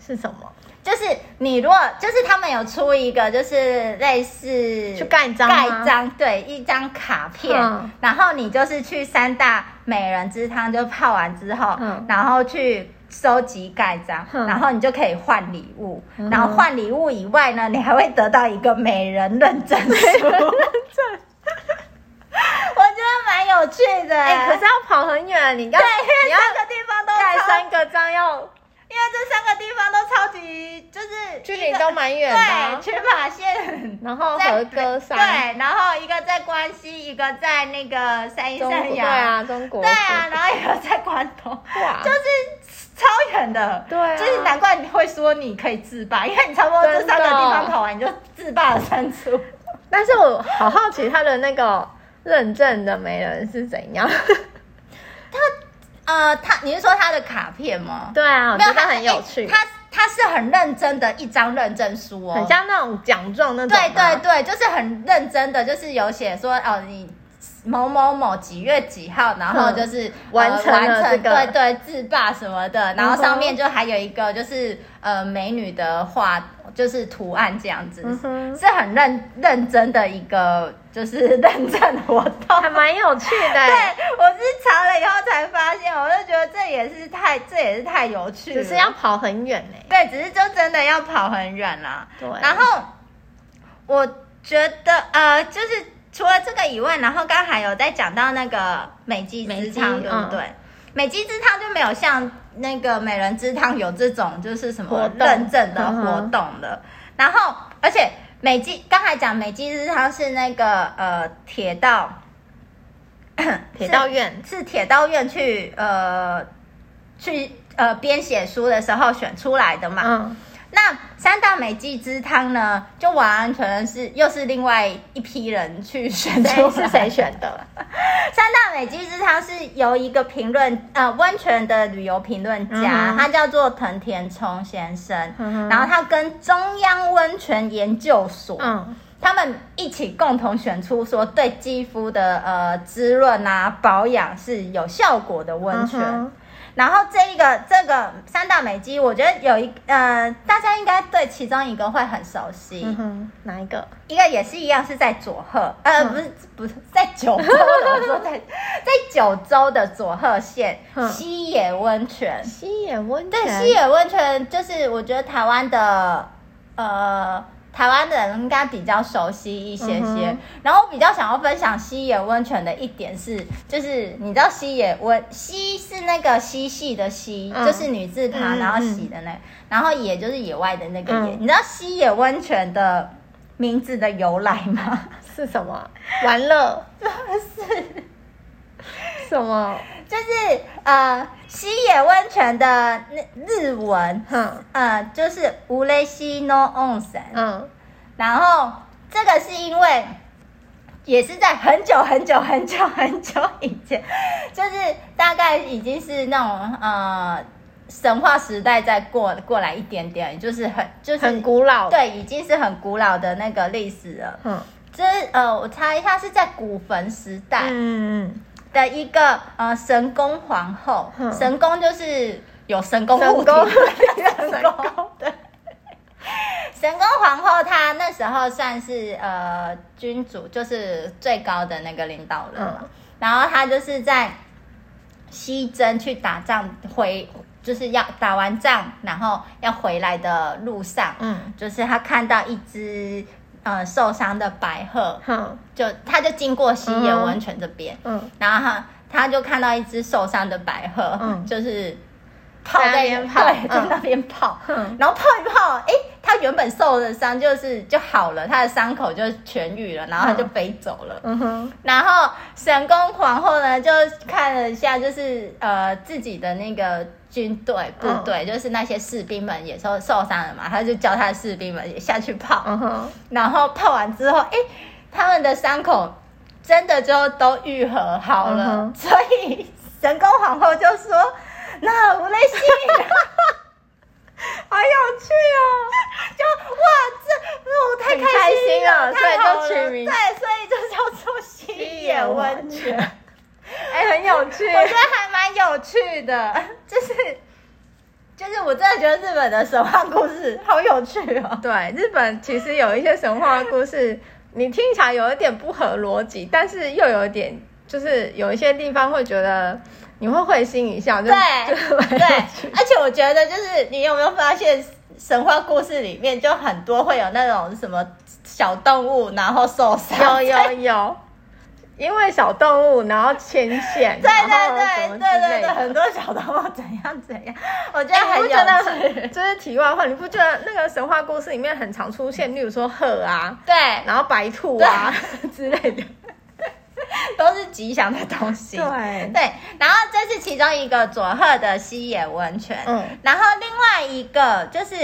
S1: 是什么？
S2: 就是你如果就是他们有出一个就是类似
S1: 去盖章吗
S2: 盖章对一张卡片，
S1: 嗯
S2: 然后你就是去三大美人之汤就泡完之后，
S1: 嗯
S2: 然后去收集盖章，
S1: 嗯
S2: 然后你就可以换礼物，
S1: 嗯哼
S2: 然后换礼物以外呢，你还会得到一个美人认
S1: (laughs)
S2: 证书，我觉得蛮有趣的、
S1: 哎、可是要跑很远，你
S2: 呃对，
S1: 刚
S2: 因为
S1: 你要
S2: 三个地方都
S1: 盖
S2: 超
S1: 三个章要
S2: 因为这三个地方都超级就是
S1: 距
S2: 一
S1: 离
S2: 个
S1: 都蛮远的啊
S2: 对，，群马县，
S1: 然后
S2: 在
S1: 和歌山，
S2: 对，然后一个在关西，一个在那个三一
S1: 中国
S2: 三
S1: 对
S2: 亚，，
S1: 啊，中国
S2: 对啊，然后一个在关东，
S1: 哇
S2: 就是超远的，
S1: 对啊
S2: 就是难怪你会说你可以自霸，因为你差不多这三个地方跑完，你就自霸了三处。
S1: 但是我好好奇他的那个认证的媒人是怎样？ (laughs)
S2: 呃，他你是说他的卡片吗？
S1: 对啊，我
S2: 没有，
S1: 觉得
S2: 他
S1: 很有趣，
S2: 他他是很认真的一张认证书哦，
S1: 很像那种奖状那种啊
S2: 对
S1: 吗。
S2: 对对，就是很认真的，就是有写说哦，你某某某几月几号，然后就是、呃
S1: 完成了
S2: 完成
S1: 这个
S2: 对对自霸什么的，然
S1: 嗯
S2: 后
S1: 哼
S2: 上面就还有一个就是呃美女的画，就是图案这样子，
S1: 嗯哼
S2: 是很认认真的一个就是认证活动
S1: 还。蛮有趣的
S2: 对
S1: 欸、，
S2: 我是查了以后才发现，我就觉得这也是太这也是太有趣了，
S1: 只是要跑很远呢、
S2: 对，只是就真的要跑很远啦、
S1: 对，
S2: 然后我觉得呃，就是除了这个以外，然后刚才有在讲到那个美肌
S1: 美
S2: 之
S1: 肌
S2: 汤，对
S1: 嗯
S2: 不对？美肌之汤就没有像那个美人之汤有这种就是什
S1: 活
S2: 么
S1: 动
S2: 认证的
S1: 嗯
S2: 活
S1: 哼
S2: 动了。然后，而且美记刚才讲美记日，它是那个呃铁道，
S1: 铁道院
S2: 是铁道院去呃去呃编写书的时候选出来的嘛。
S1: 嗯，
S2: 那三大美记之汤呢，就完全是又是另外一批人去选出
S1: 谁
S2: 来
S1: (laughs) 是谁选的？
S2: 三大美肌之汤是由一个评论呃温泉的旅游评论家，
S1: 嗯
S2: 他叫做藤田聪先生，
S1: 嗯哼
S2: 然后他跟中央温泉研究所，
S1: 嗯
S2: 他们一起共同选出说对肌肤的呃滋润啊保养是有效果的温泉。
S1: 嗯哼
S2: 然后这一个这个三大美肌，我觉得有一呃，大家应该对其中一个会很熟悉，
S1: 嗯哼，哪一个？
S2: 一个也是一样是在佐贺，呃，
S1: 嗯
S2: 不是不是在九州的，我说在 (laughs) 在九州的佐贺县
S1: 嗯
S2: 西野温泉。
S1: 西野温泉
S2: 对，西野温泉就是我觉得台湾的呃。台湾人应该比较熟悉一些些，
S1: 嗯哼
S2: 然后我比较想要分享西野温泉的一点是，就是你知道西野温西是那个嬉戏的嬉，
S1: 嗯
S2: 就是女字旁，
S1: 嗯
S2: 然后
S1: 嗯
S2: 洗的那个，然后野就是野外的那个野。
S1: 嗯
S2: 你知道西野温泉的名字的由来吗？ (laughs)
S1: 是什么？玩乐是什么？
S2: 就是呃，西野温泉的那日文，
S1: 哼
S2: 呃，就是无雷西 no onsen，、
S1: 嗯
S2: 然后这个是因为也是在很久很久很久很久以前，就是大概已经是那种呃神话时代再过过来一点点，就是很就是
S1: 很古老。，
S2: 对，已经是很古老的那个历史了。
S1: 嗯
S2: 这是呃，我查一下是在古坟时代，
S1: 嗯嗯
S2: 的一个呃神功皇后，
S1: 嗯
S2: 神功就是有神功护体
S1: 神功
S2: (laughs) 神功对。神功皇后她那时候算是呃君主，就是最高的那个领导人嘛。
S1: 嗯
S2: 然后她就是在西征去打仗回，就是要打完仗，然后要回来的路上，
S1: 嗯，
S2: 就是她看到一只呃受伤的白鹤，
S1: 哼
S2: 就她就经过西野温泉这边，
S1: 嗯，
S2: 然后他他就看到一只受伤的白鹤，
S1: 嗯
S2: 就是泡
S1: 在那
S2: 在
S1: 边泡
S2: 对，
S1: 嗯
S2: 在那边泡，
S1: 嗯
S2: 然后泡一泡，诶，他原本受的伤就是就好了，他的伤口就痊愈了，然后他就飞走了。
S1: 嗯哼，
S2: 然后神宫皇后呢，就看了一下，就是呃自己的那个军队部
S1: 嗯
S2: 队，就是那些士兵们也受受伤了嘛，他就叫他的士兵们也下去泡，
S1: 嗯哼，
S2: 然后泡完之后，哎，他们的伤口真的就都愈合好了，
S1: 嗯哼
S2: 所以神功皇后就说：“那无类西，
S1: (laughs) 好有趣哦。
S2: 就哇，这我哦太
S1: 很开心了
S2: 了，太好了
S1: 所以就取名
S2: 对，所以就叫做西野温泉。
S1: 哎、很有趣。
S2: 我觉得还蛮有趣的，就是就是我真的觉得日本的神话故事好有趣哦。
S1: (laughs) 对，日本其实有一些神话故事，你听起来有一点不合逻辑，但是又有一点，就是有一些地方会觉得你会会心一 (laughs) 笑，就
S2: 对
S1: 就蛮有趣
S2: 对， (laughs) 而且我觉得就是你有没有发现，神话故事里面就很多会有那种什么小动物然后受伤，
S1: (laughs) 有有有，因为小动物，然后牵
S2: (laughs)
S1: 线，
S2: 对
S1: 然后
S2: 对
S1: 什么
S2: 对对
S1: 之类
S2: 对对，
S1: 的
S2: 很多小动物怎样怎样，我觉得
S1: 哎
S2: 很有
S1: 你不
S2: 趣。
S1: 觉得很就是题外话，你不觉得那个神话故事里面很常出现，例如说鹤啊，
S2: (laughs) 对，
S1: 然后白兔啊 (laughs) 之类的，
S2: 都是吉祥的东西。
S1: 对
S2: 对，然后这是其中一个佐贺的西野温泉，
S1: 嗯
S2: 然后另外一个就是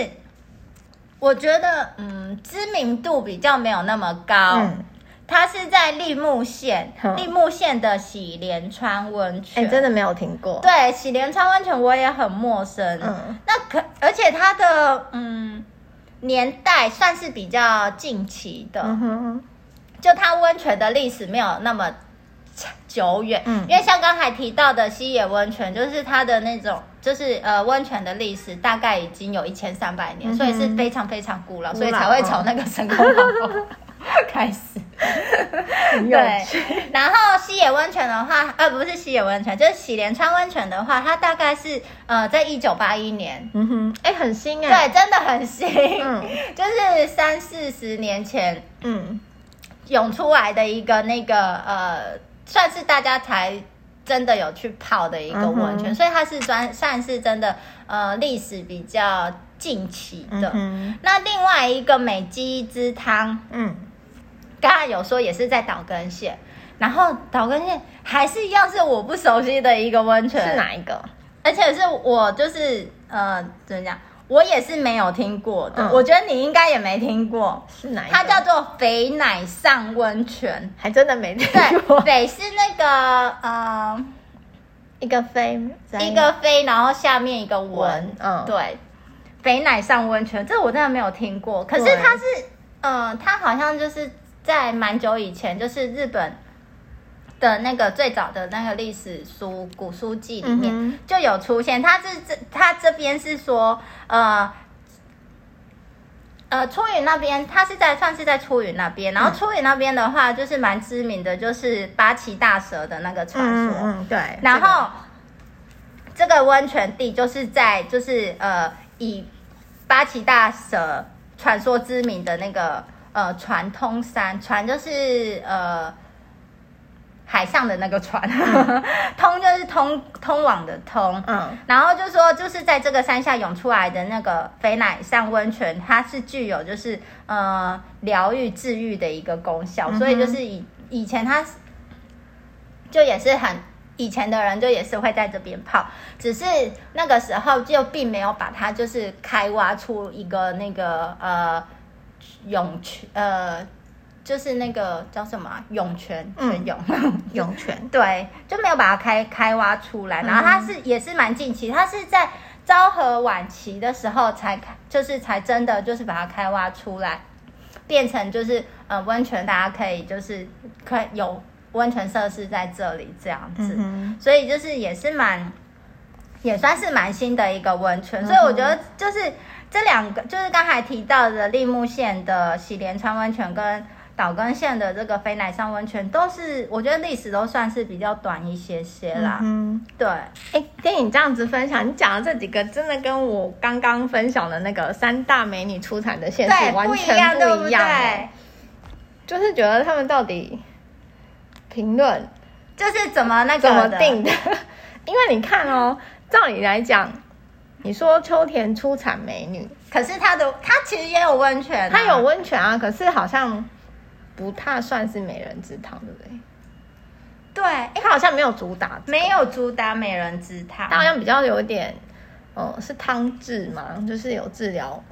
S2: 我觉得嗯知名度比较没有那么高，
S1: 嗯
S2: 它是在立木县，
S1: 嗯
S2: 立木县的喜连川温
S1: 哎、
S2: 泉。
S1: 真的没有听过，
S2: 对，喜连川温泉我也很陌生。
S1: 嗯
S2: 那可而且它的嗯年代算是比较近期的，
S1: 嗯哼，
S2: 就它温泉的历史没有那么久远。
S1: 嗯
S2: 因为像刚才提到的西野温泉，就是它的那种就是呃温泉的历史大概已经有一千三百年，
S1: 嗯哼
S2: 所以是非常非常古老，
S1: 古
S2: 所以
S1: 老嗯
S2: 才会从那个神宫皇后 (laughs) 开始。
S1: 很有
S2: 对
S1: 趣，
S2: (laughs) 然后西野温泉的话，呃，不是西野温泉，就是喜连川温泉的话，它大概是呃，在一九八一年，
S1: 嗯哼，哎、很新哎、
S2: 对，真的很新，
S1: 嗯
S2: (laughs) 就是三四十年前
S1: 嗯
S2: 涌出来的一个那个呃，算是大家才真的有去泡的一个温泉，
S1: 嗯哼
S2: 所以它是专算是真的呃历史比较近期
S1: 嗯
S2: 的。
S1: 哼
S2: 那另外一个美肌之汤，
S1: 嗯，
S2: 刚刚有说也是在岛根县，然后岛根县还是一样是我不熟悉的一个温泉，
S1: 是哪一个？
S2: 而且是我就是呃怎么讲，我也是没有听过的，
S1: 嗯
S2: 我觉得你应该也没听过，
S1: 是哪一个？
S2: 它叫做肥奶上温泉。
S1: 还真的没听 (laughs)
S2: 对，
S1: 过
S2: 肥是那个呃
S1: 一个飞，
S2: 一个飞，然后下面一个文
S1: 文，，嗯，
S2: 对，肥奶上温泉，这我真的没有听过。可是
S1: 对
S2: 它是，嗯，它好像就是在蛮久以前，就是日本的那个最早的那个历史书古书记里面、
S1: 嗯哼
S2: 就有出现。它是这它这边是说，呃。呃，初云那边，它是在算是在初云那边，
S1: 嗯
S2: 然后初云那边的话，就是蛮知名的，就是八岐大蛇的那个传
S1: 嗯
S2: 说。
S1: 嗯嗯，对。
S2: 然后这个温泉地就是在就是呃以八岐大蛇传说知名的那个呃船通山船就是呃海上的那个船， (laughs) 通就是通通往的通
S1: 这。个，嗯
S2: 然后就说，就是在这个山下涌出来的那个肥奶上温泉，它是具有就是呃疗愈治愈的一个功效，
S1: 嗯哼
S2: 所以就是以以前它是就也是很以前的人就也是会在这边泡，只是那个时候就并没有把它就是开挖出一个那个呃涌泉呃就是那个叫什么啊涌泉
S1: 嗯
S2: 泉涌。 (laughs)
S1: 涌泉，
S2: 对，就没有把它开开挖出来。然后
S1: 嗯
S2: 它是、也是蛮近期，它是在昭和晚期的时候才开，就是才真的就是把它开挖出来，变成就是呃温泉，大家可以就是可以有温泉设施在这里这样子。
S1: 嗯哼，
S2: 所以就是也是蛮，也算是蛮新的一个温
S1: 嗯
S2: 泉。所以我觉得就是这两个，就是刚才提到的立木县的喜连川温泉跟岛根县的这个飞来山温泉，都是我觉得历史都算是比较短一些些啦。
S1: 嗯
S2: 对，
S1: 哼，哎，听你这样子分享，你讲的这几个真的跟我刚刚分享的那个三大美女出产的现实
S2: 对，
S1: 完
S2: 不一
S1: 全
S2: 样，对
S1: 不
S2: 不
S1: 一
S2: 对
S1: 样，？哎就是觉得他们到底评论
S2: 就是怎么那个
S1: 怎么
S2: 的
S1: 定的？ (laughs) 因为你看哦，照理来讲，你说秋田出产美女，
S2: 可是它的它其实也有温泉、
S1: 它有，温泉啊，可是好像不太算是美人之汤，对不对？
S2: 对，哎
S1: 它好像没有主打，
S2: 没有主打美人之汤
S1: 它，好像比较有点，嗯、是汤治嘛，就是有治疗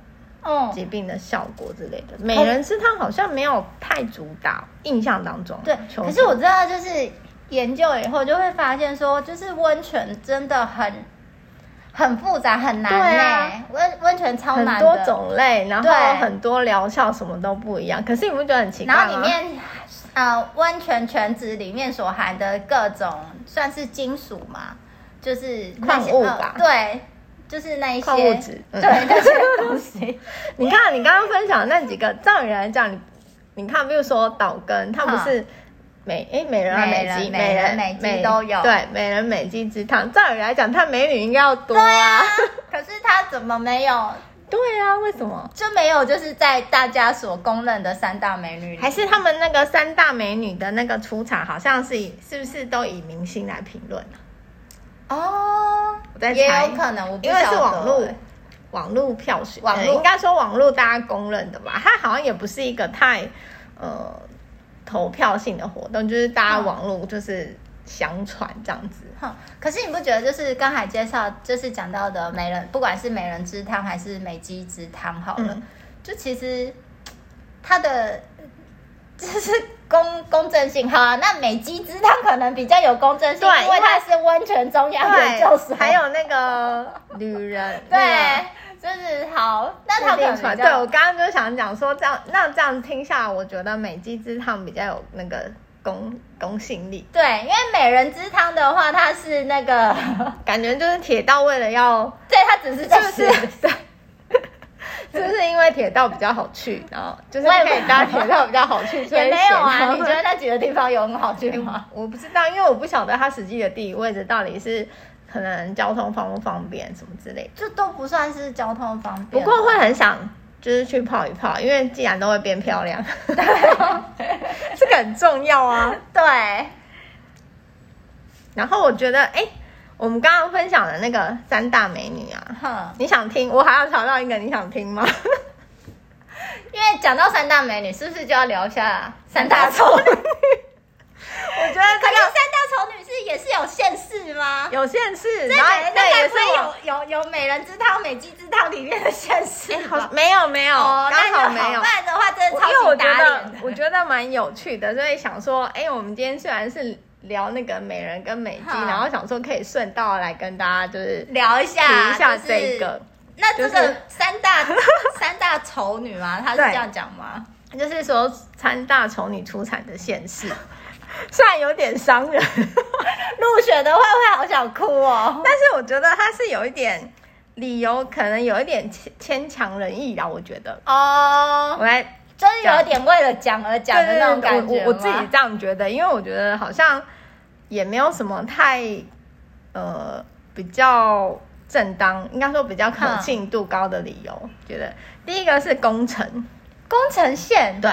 S2: 嗯，
S1: 疾病的效果之类的。美人之汤好像没有太主打，印象当中。
S2: 对，
S1: 秋
S2: 可
S1: 天
S2: 是我知道，就是研究以后就会发现说，就是温泉真的很很复杂，很难
S1: 对
S2: 呢、
S1: 啊
S2: 温温泉超
S1: 很
S2: 难的
S1: 多，种类，然后
S2: 对
S1: 很多疗效什么都不一样。可是你不觉得很奇怪
S2: 然
S1: 吗？
S2: 后里面呃温泉全脂里面所含的各种算是金属嘛，就是那
S1: 矿
S2: 些
S1: 物
S2: 呃
S1: 吧
S2: 对，就是那一些
S1: 矿物质嗯
S2: 对那些东西，
S1: (laughs) 你看你刚刚分享的那几个，照理来讲，你你看，比如说岛根，它不是美诶美人啊
S2: 美
S1: 美
S2: 人
S1: 肌
S2: 美人美
S1: 美
S2: 肌都有
S1: 对美人美肌之汤，照理来讲，它美女应该要多
S2: 对啊
S1: 啊，
S2: 可是它怎么没有？
S1: 对啊，为什么？
S2: 就没有，就是在大家所公认的三大美女里
S1: 还是他们那个三大美女的那个出场，好像是以是不是都以明星来评论啊、
S2: 哦，
S1: 我在
S2: 也
S1: 猜
S2: 有可能，我不
S1: 因为是
S2: 晓得
S1: 网络
S2: 欸
S1: 网络票选，
S2: 网
S1: 呃
S2: 络
S1: 应该说网络大家公认的吧，它好像也不是一个太呃投票性的活动，就是大家
S2: 嗯
S1: 网络就是相传这样子。
S2: 哼，可是你不觉得就是刚才介绍，就是讲到的美人，不管是美人之汤还是美肌之汤，好了，
S1: 嗯
S2: 就其实它的就是公公正性好啊。那美肌之汤可能比较有公正性，
S1: 对
S2: 因为
S1: 因为
S2: 它是温泉中央研究所，
S1: 还有那个 (laughs) 女人，
S2: 啊 (laughs) 对
S1: 那个，
S2: 就是好，那它可
S1: 固
S2: 能
S1: 定传
S2: 比
S1: 对
S2: 较
S1: 我刚刚就想讲说，这样那这样听下来，我觉得美肌之汤比较有那个公公信力，
S2: 对，因为美人之汤的话，它是那个， (laughs)
S1: 感觉就是铁道为了要
S2: 对，它只是
S1: 是
S2: 在
S1: 不是？ (laughs) 对，是不是因为铁道比较好去，然后就是
S2: 我也
S1: 可以搭铁道比较好去，所以
S2: 也没有
S1: 写
S2: 啊，
S1: 它
S2: 你觉得那几个地方有很好去吗？
S1: 我不知道，因为我不晓得它实际的地理位置到底是可能交通方不方便什么之类的。
S2: (laughs) 这都不算是交通方
S1: 不
S2: 便，
S1: 过会很想就是去泡一泡，因为既然都会变漂亮， (laughs) 这个很重要啊。
S2: (laughs) 对，
S1: 然后我觉得，哎、我们刚刚分享的那个三大美女啊，
S2: 哼，
S1: 你想听？我还要查到一个，你想听吗？
S2: 因为讲到三大美女，是不是就要聊一下三大丑
S1: (laughs)
S2: 女？
S1: 我觉
S2: 可是三
S1: (laughs) 得
S2: 大丑女是也是有现世吗？
S1: 有限制，
S2: 那
S1: 然后
S2: 该
S1: 那
S2: 那
S1: 也
S2: 该不
S1: 是
S2: 会
S1: 我。
S2: 有有有美人之汤、美肌之汤里面的现世
S1: 哎，
S2: 吧
S1: 好，没有没有，
S2: 哦，
S1: 刚
S2: 那
S1: 好
S2: 就
S1: 没有
S2: 不。然的话真的
S1: 因为
S2: 超
S1: 我
S2: 级
S1: 觉
S2: 打
S1: 得
S2: 脸的。
S1: 我觉得蛮有趣的，所以想说，哎、我们今天虽然是聊那个美人跟美肌，
S2: 好
S1: 然后想说可以顺道来跟大家就是
S2: 聊一下，
S1: 提一下
S2: 啊就是
S1: 这个，
S2: 那这
S1: 就
S2: 个
S1: 是
S2: 三
S1: (laughs)
S2: 大三大丑女吗？她是
S1: 对
S2: 这样讲吗？
S1: 就是说三大丑女出产的现世， (laughs) 虽然有点伤人， (laughs)
S2: 入选的话会好想哭哦。
S1: 但是我觉得它是有一点理由，可能有一点牵牵强人意啦。我觉得，我
S2: 哦，
S1: 来
S2: 真的有点为了讲而讲的那种感
S1: 对
S2: 觉
S1: 对对我我我自己
S2: 吗
S1: 这样觉得，因为我觉得好像也没有什么太呃比较正当，应该说比较可
S2: 嗯
S1: 信度高的理由。觉得第一个是工程，
S2: 宫城县
S1: 对，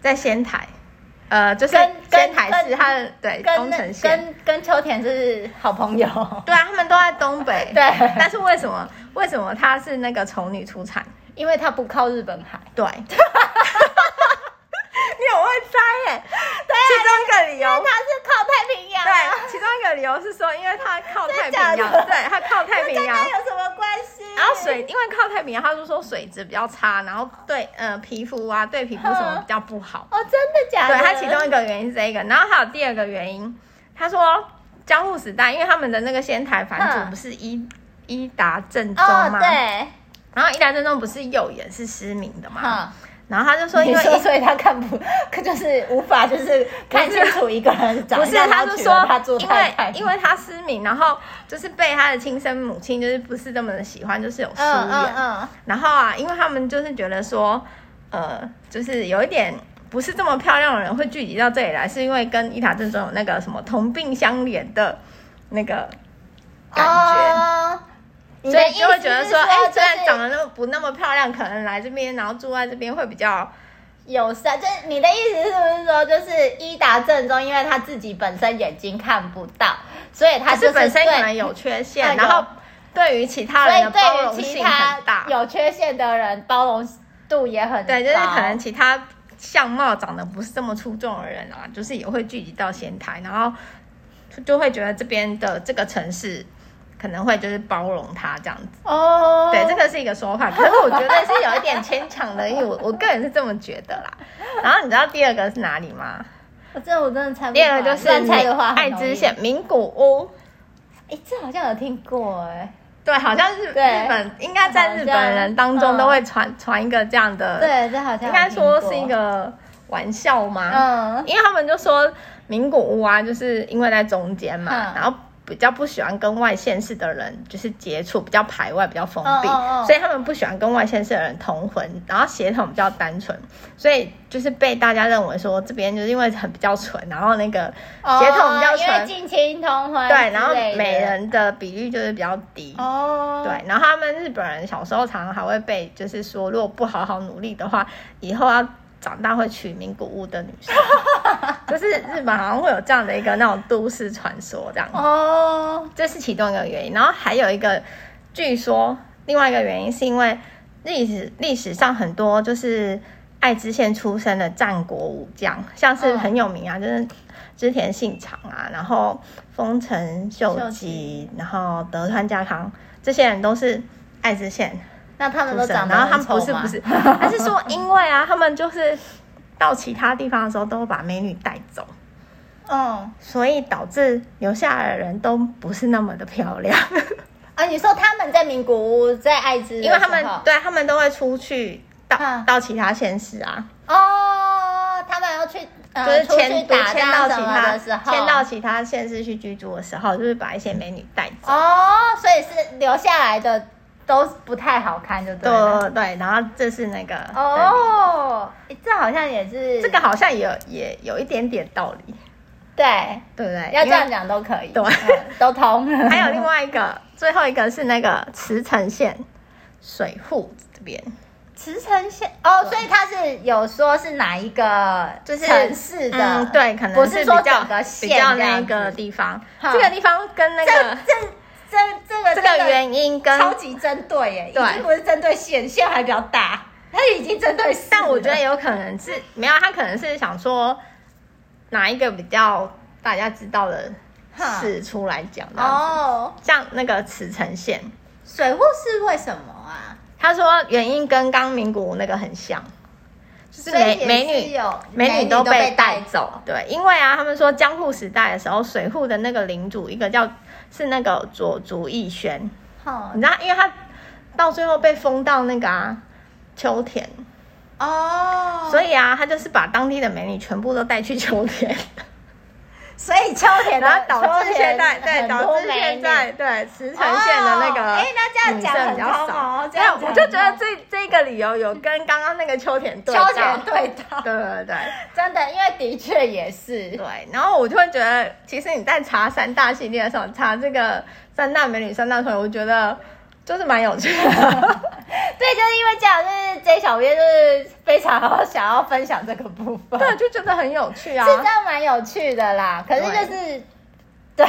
S1: 在仙台，呃，就是
S2: 跟跟
S1: 仙台市
S2: 跟
S1: 它的对
S2: 跟
S1: 宫城县，
S2: 跟跟秋田是好朋友，，
S1: 对啊，他们都在东北
S2: (laughs) 对
S1: 但是为什么为什么它是那个丑女出产？
S2: 因为他不靠日本海。 (laughs)
S1: 对。
S2: 啊
S1: 你很会猜耶，其中一个理由，
S2: 他是靠太平洋、啊，
S1: 对，其中一个理由是说，因为它靠
S2: 真的
S1: 太平
S2: 假
S1: 洋，
S2: 的
S1: 对，它靠太平洋
S2: 跟，他有什么关系？
S1: 然后水，因为靠太平洋，他就说水质比较差，然后对呃皮肤啊，对皮肤什么
S2: 嗯
S1: 比较不好。
S2: 哦，真的假的？
S1: 对，它其中一个原因是这个，然后还有第二个原因，他说江户时代，因为他们的那个仙台藩
S2: 嗯
S1: 主不是伊伊达正宗
S2: 哦，
S1: 吗？。
S2: 对，
S1: 然后伊达正宗不是右眼是失明的嘛？
S2: 哈、
S1: 然后他就说，
S2: 嗯
S1: 因
S2: 你
S1: 为
S2: 说，
S1: 伊
S2: 所以他看不，可就是无法，就是看清楚一个人长
S1: 不
S2: 相。
S1: 是，
S2: 然
S1: 他
S2: 后
S1: 就
S2: 娶
S1: 说
S2: 了他做，
S1: 因
S2: 太
S1: 为
S2: 太，
S1: 因为他失明，然后就是被他的亲生母亲就是不是这么的喜欢，就是有疏远。
S2: 嗯嗯嗯，
S1: 然后啊，因为他们就是觉得说，呃，就是有一点不是这么漂亮的人会聚集到这里来，是因为跟伊塔正宗有那个什么同病相怜的那个感觉。
S2: 哦你
S1: 所
S2: 的
S1: 以就会觉得
S2: 意思是
S1: 说，哎、
S2: 就是
S1: 虽然长得那么不那么漂亮，可能来这边，然后住在这边会比较
S2: 友善，就是你的意思是不是说，就是伊达正宗，因为他自己本身眼睛看不到，所以他
S1: 还
S2: 就是
S1: 啊本身可能
S2: 对，
S1: 有缺
S2: 哎
S1: 陷，
S2: 有
S1: 然后对于其他
S2: 所
S1: 人
S2: 以
S1: 的包容
S2: 对于其
S1: 性
S2: 他
S1: 很大，
S2: 有缺陷的人，包容度也很高。
S1: 对，就是可能其他相貌长得不是这么出众的人啊，就是也会聚集到仙台，然后就就会觉得这边的这个城市可能会就是包容他这样子。
S2: 哦，
S1: 对，这个是一个说法，可是我觉得是有一点牵强的，因为我我个人是这么觉得啦。然后你知道第二个是哪里吗？
S2: 我这我真的猜不出
S1: 第
S2: 来。
S1: 二个就是
S2: 乱猜的话，
S1: 爱知县。名古屋。
S2: 哎，这好像有听过哎。
S1: 对，好像是日
S2: 对
S1: 本，应该在日本人当
S2: 好
S1: 中
S2: 像
S1: 都会传传一个这样的，，
S2: 对，这好像有
S1: 呃应该说是
S2: 听
S1: 一
S2: 过。
S1: 个玩笑吗？
S2: 嗯，
S1: 因为他们就说名古屋啊，就是因为在中间嘛，
S2: 嗯
S1: 然后比较不喜欢跟外县市的人就是接触，比较排外，比较封闭，
S2: 哦哦哦
S1: 所以他们不喜欢跟外县市的人通婚，然后血统比较单纯，所以就是被大家认为说这边就是因为很比较纯，然后那个血统比较
S2: 哦因为
S1: 纯，
S2: 近亲通婚
S1: 对，然
S2: 之
S1: 后
S2: 类的
S1: 美人的比率就是比较低。
S2: 哦，
S1: 对，然后他们日本人小时候常常还会被，就是说，如果不好好努力的话，以后要长大会娶名古屋的女生， (laughs) 就是日本好像会有这样的一个那种都市传说这样，
S2: 哦，
S1: 这是其中一个原因。然后还有一个，据说另外一个原因是因为历史历史上很多就是爱知县出身的战国武将，像是
S2: 嗯
S1: 很有名啊，就是织田信长啊，然后丰臣秀
S2: 秀
S1: 吉，然后德川家康，这些人都是爱知县
S2: 那啊他们
S1: 出
S2: 都
S1: 身，
S2: 长得
S1: 然后他
S2: 很
S1: 们
S2: 丑
S1: 不是
S2: 吗
S1: 不是，他是说因为啊，他们就是到其他地方的时候都把美女带走。
S2: 嗯
S1: 所以导致留下来的人都不是那么的漂亮，
S2: 啊，你说他们在名古屋在爱知的时候，
S1: 因为他们对他们都会出去到、
S2: 嗯
S1: 到其他县市啊，
S2: 哦，他们要去呃
S1: 就是
S2: 出
S1: 迁
S2: 去
S1: 都
S2: 打
S1: 迁到
S2: 仗
S1: 其
S2: 什么
S1: 他
S2: 的时候，
S1: 迁到其他县市去居住的时候，就是把一些美女带走。
S2: 哦，所以是留下来的都不太好看，就对
S1: 对
S2: 了。
S1: 对对，然后这是那个哦，
S2: 哦，诶这好像也是
S1: 这个好像也有也有一点点道理，
S2: 对，
S1: 对不对？
S2: 要这样
S1: 因为。
S2: 讲都可以，
S1: 对
S2: 嗯都通。
S1: 还有另外一个，最后一个是那个茨城县水户这边，
S2: 茨城县哦，所以它是有说是哪一个
S1: 就是
S2: 城市的，
S1: 嗯，对，可能
S2: 不
S1: 是
S2: 说
S1: 比较
S2: 整个
S1: 比
S2: 县
S1: 较
S2: 这
S1: 那
S2: 样
S1: 个
S2: 子
S1: 地方，
S2: 哈
S1: 这个地方跟那
S2: 这
S1: 个
S2: 这这这个
S1: 这
S2: 真
S1: 个
S2: 的
S1: 原因跟，
S2: 超级针对耶，
S1: 对
S2: 已经不是针对县，县还比较大，它已经针对市了，
S1: 但我觉得有可能是没有，他可能是想说哪一个比较大家知道的
S2: 哈
S1: 事出来讲这样子
S2: 哦，
S1: 像那个茨城县，
S2: 水户是为什么啊？
S1: 他说原因跟刚名古屋那个很像，就是
S2: 所以也是
S1: 美美女
S2: 有
S1: 美女
S2: 都
S1: 都被带
S2: 带
S1: 走。。对，因为啊，他们说江户时代的时候，水户的那个领主一个叫是那个佐竹义宣，
S2: 哦
S1: 你知道，因为他到最后被封到那个啊秋田，
S2: 哦，
S1: 所以啊，他就是把当地的美女全部都带去秋田，
S2: 所以秋田的
S1: 然后导致
S2: 秋
S1: 现
S2: 田
S1: 在对
S2: 很多
S1: 导致
S2: 美
S1: 现
S2: 女
S1: 在对茨城县的那
S2: 哦
S1: 个
S2: 哎那这样
S1: 女
S2: 讲
S1: 生
S2: 很
S1: 比较
S2: 高
S1: 少
S2: 哦，这
S1: 没有
S2: 样讲
S1: 我就觉得
S2: 很高
S1: 这这个理由有跟刚刚那个秋田对
S2: 秋
S1: 到
S2: 田对到，
S1: 对对对。
S2: 真的，因为的确也是 (laughs)
S1: 对，然后我就会觉得，其实你在查三大系列的时候，查这个三大美女、三大腿，我觉得就是蛮有趣的。 (laughs)
S2: 对，就是因为这样，就是 J 小编就是非常想要分享这个部分，
S1: 对，啊就觉得很有趣啊
S2: 是。真的蛮有趣的啦。可是就是对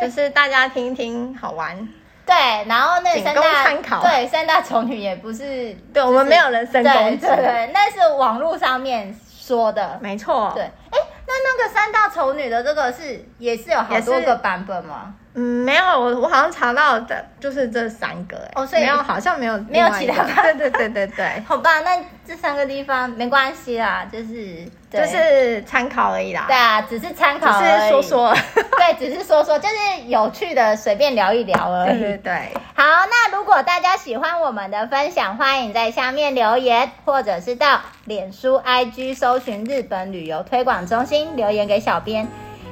S1: 就是大家听一听，好玩。
S2: 对，然后那
S1: 仅
S2: 三
S1: 供
S2: 大
S1: 参考
S2: 对三大丑女也不是
S1: 对，我们没有人身
S2: 对
S1: 攻
S2: 对
S1: 击，
S2: 对，那是网络上面说的。
S1: 没错。
S2: 对，，哎，那那个三大丑女的这个是也是有好
S1: 也是
S2: 多个版本吗？
S1: 嗯，没有，我我好像查到的就是这三个、哎，
S2: 哦所以
S1: 没有，好像没有
S2: 没有
S1: 另外
S2: 其
S1: 一
S2: 他
S1: 个
S2: 吧
S1: (laughs) 对对对对对，
S2: 好吧，那这三个地方没关系啦，就是对
S1: 就是参考而已啦。
S2: 对，啊，只是参考，
S1: 只是说。说。
S2: (laughs) 对，只是说说，就是有趣的随便聊一聊而
S1: 对
S2: 已。
S1: 对对，
S2: 好，那如果大家喜欢我们的分享，欢迎在下面留言，或者是到脸书、IG 搜寻日本旅游推广中心留言给小编，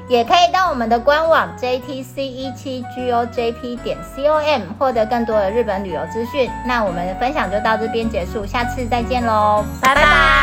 S2: 也可以到我们的官网 JTC 一 E 七 GOJP 点 COM 获得更多的日本旅游资讯。那我们的分享就到这边结束，下次再见喽，
S1: 拜拜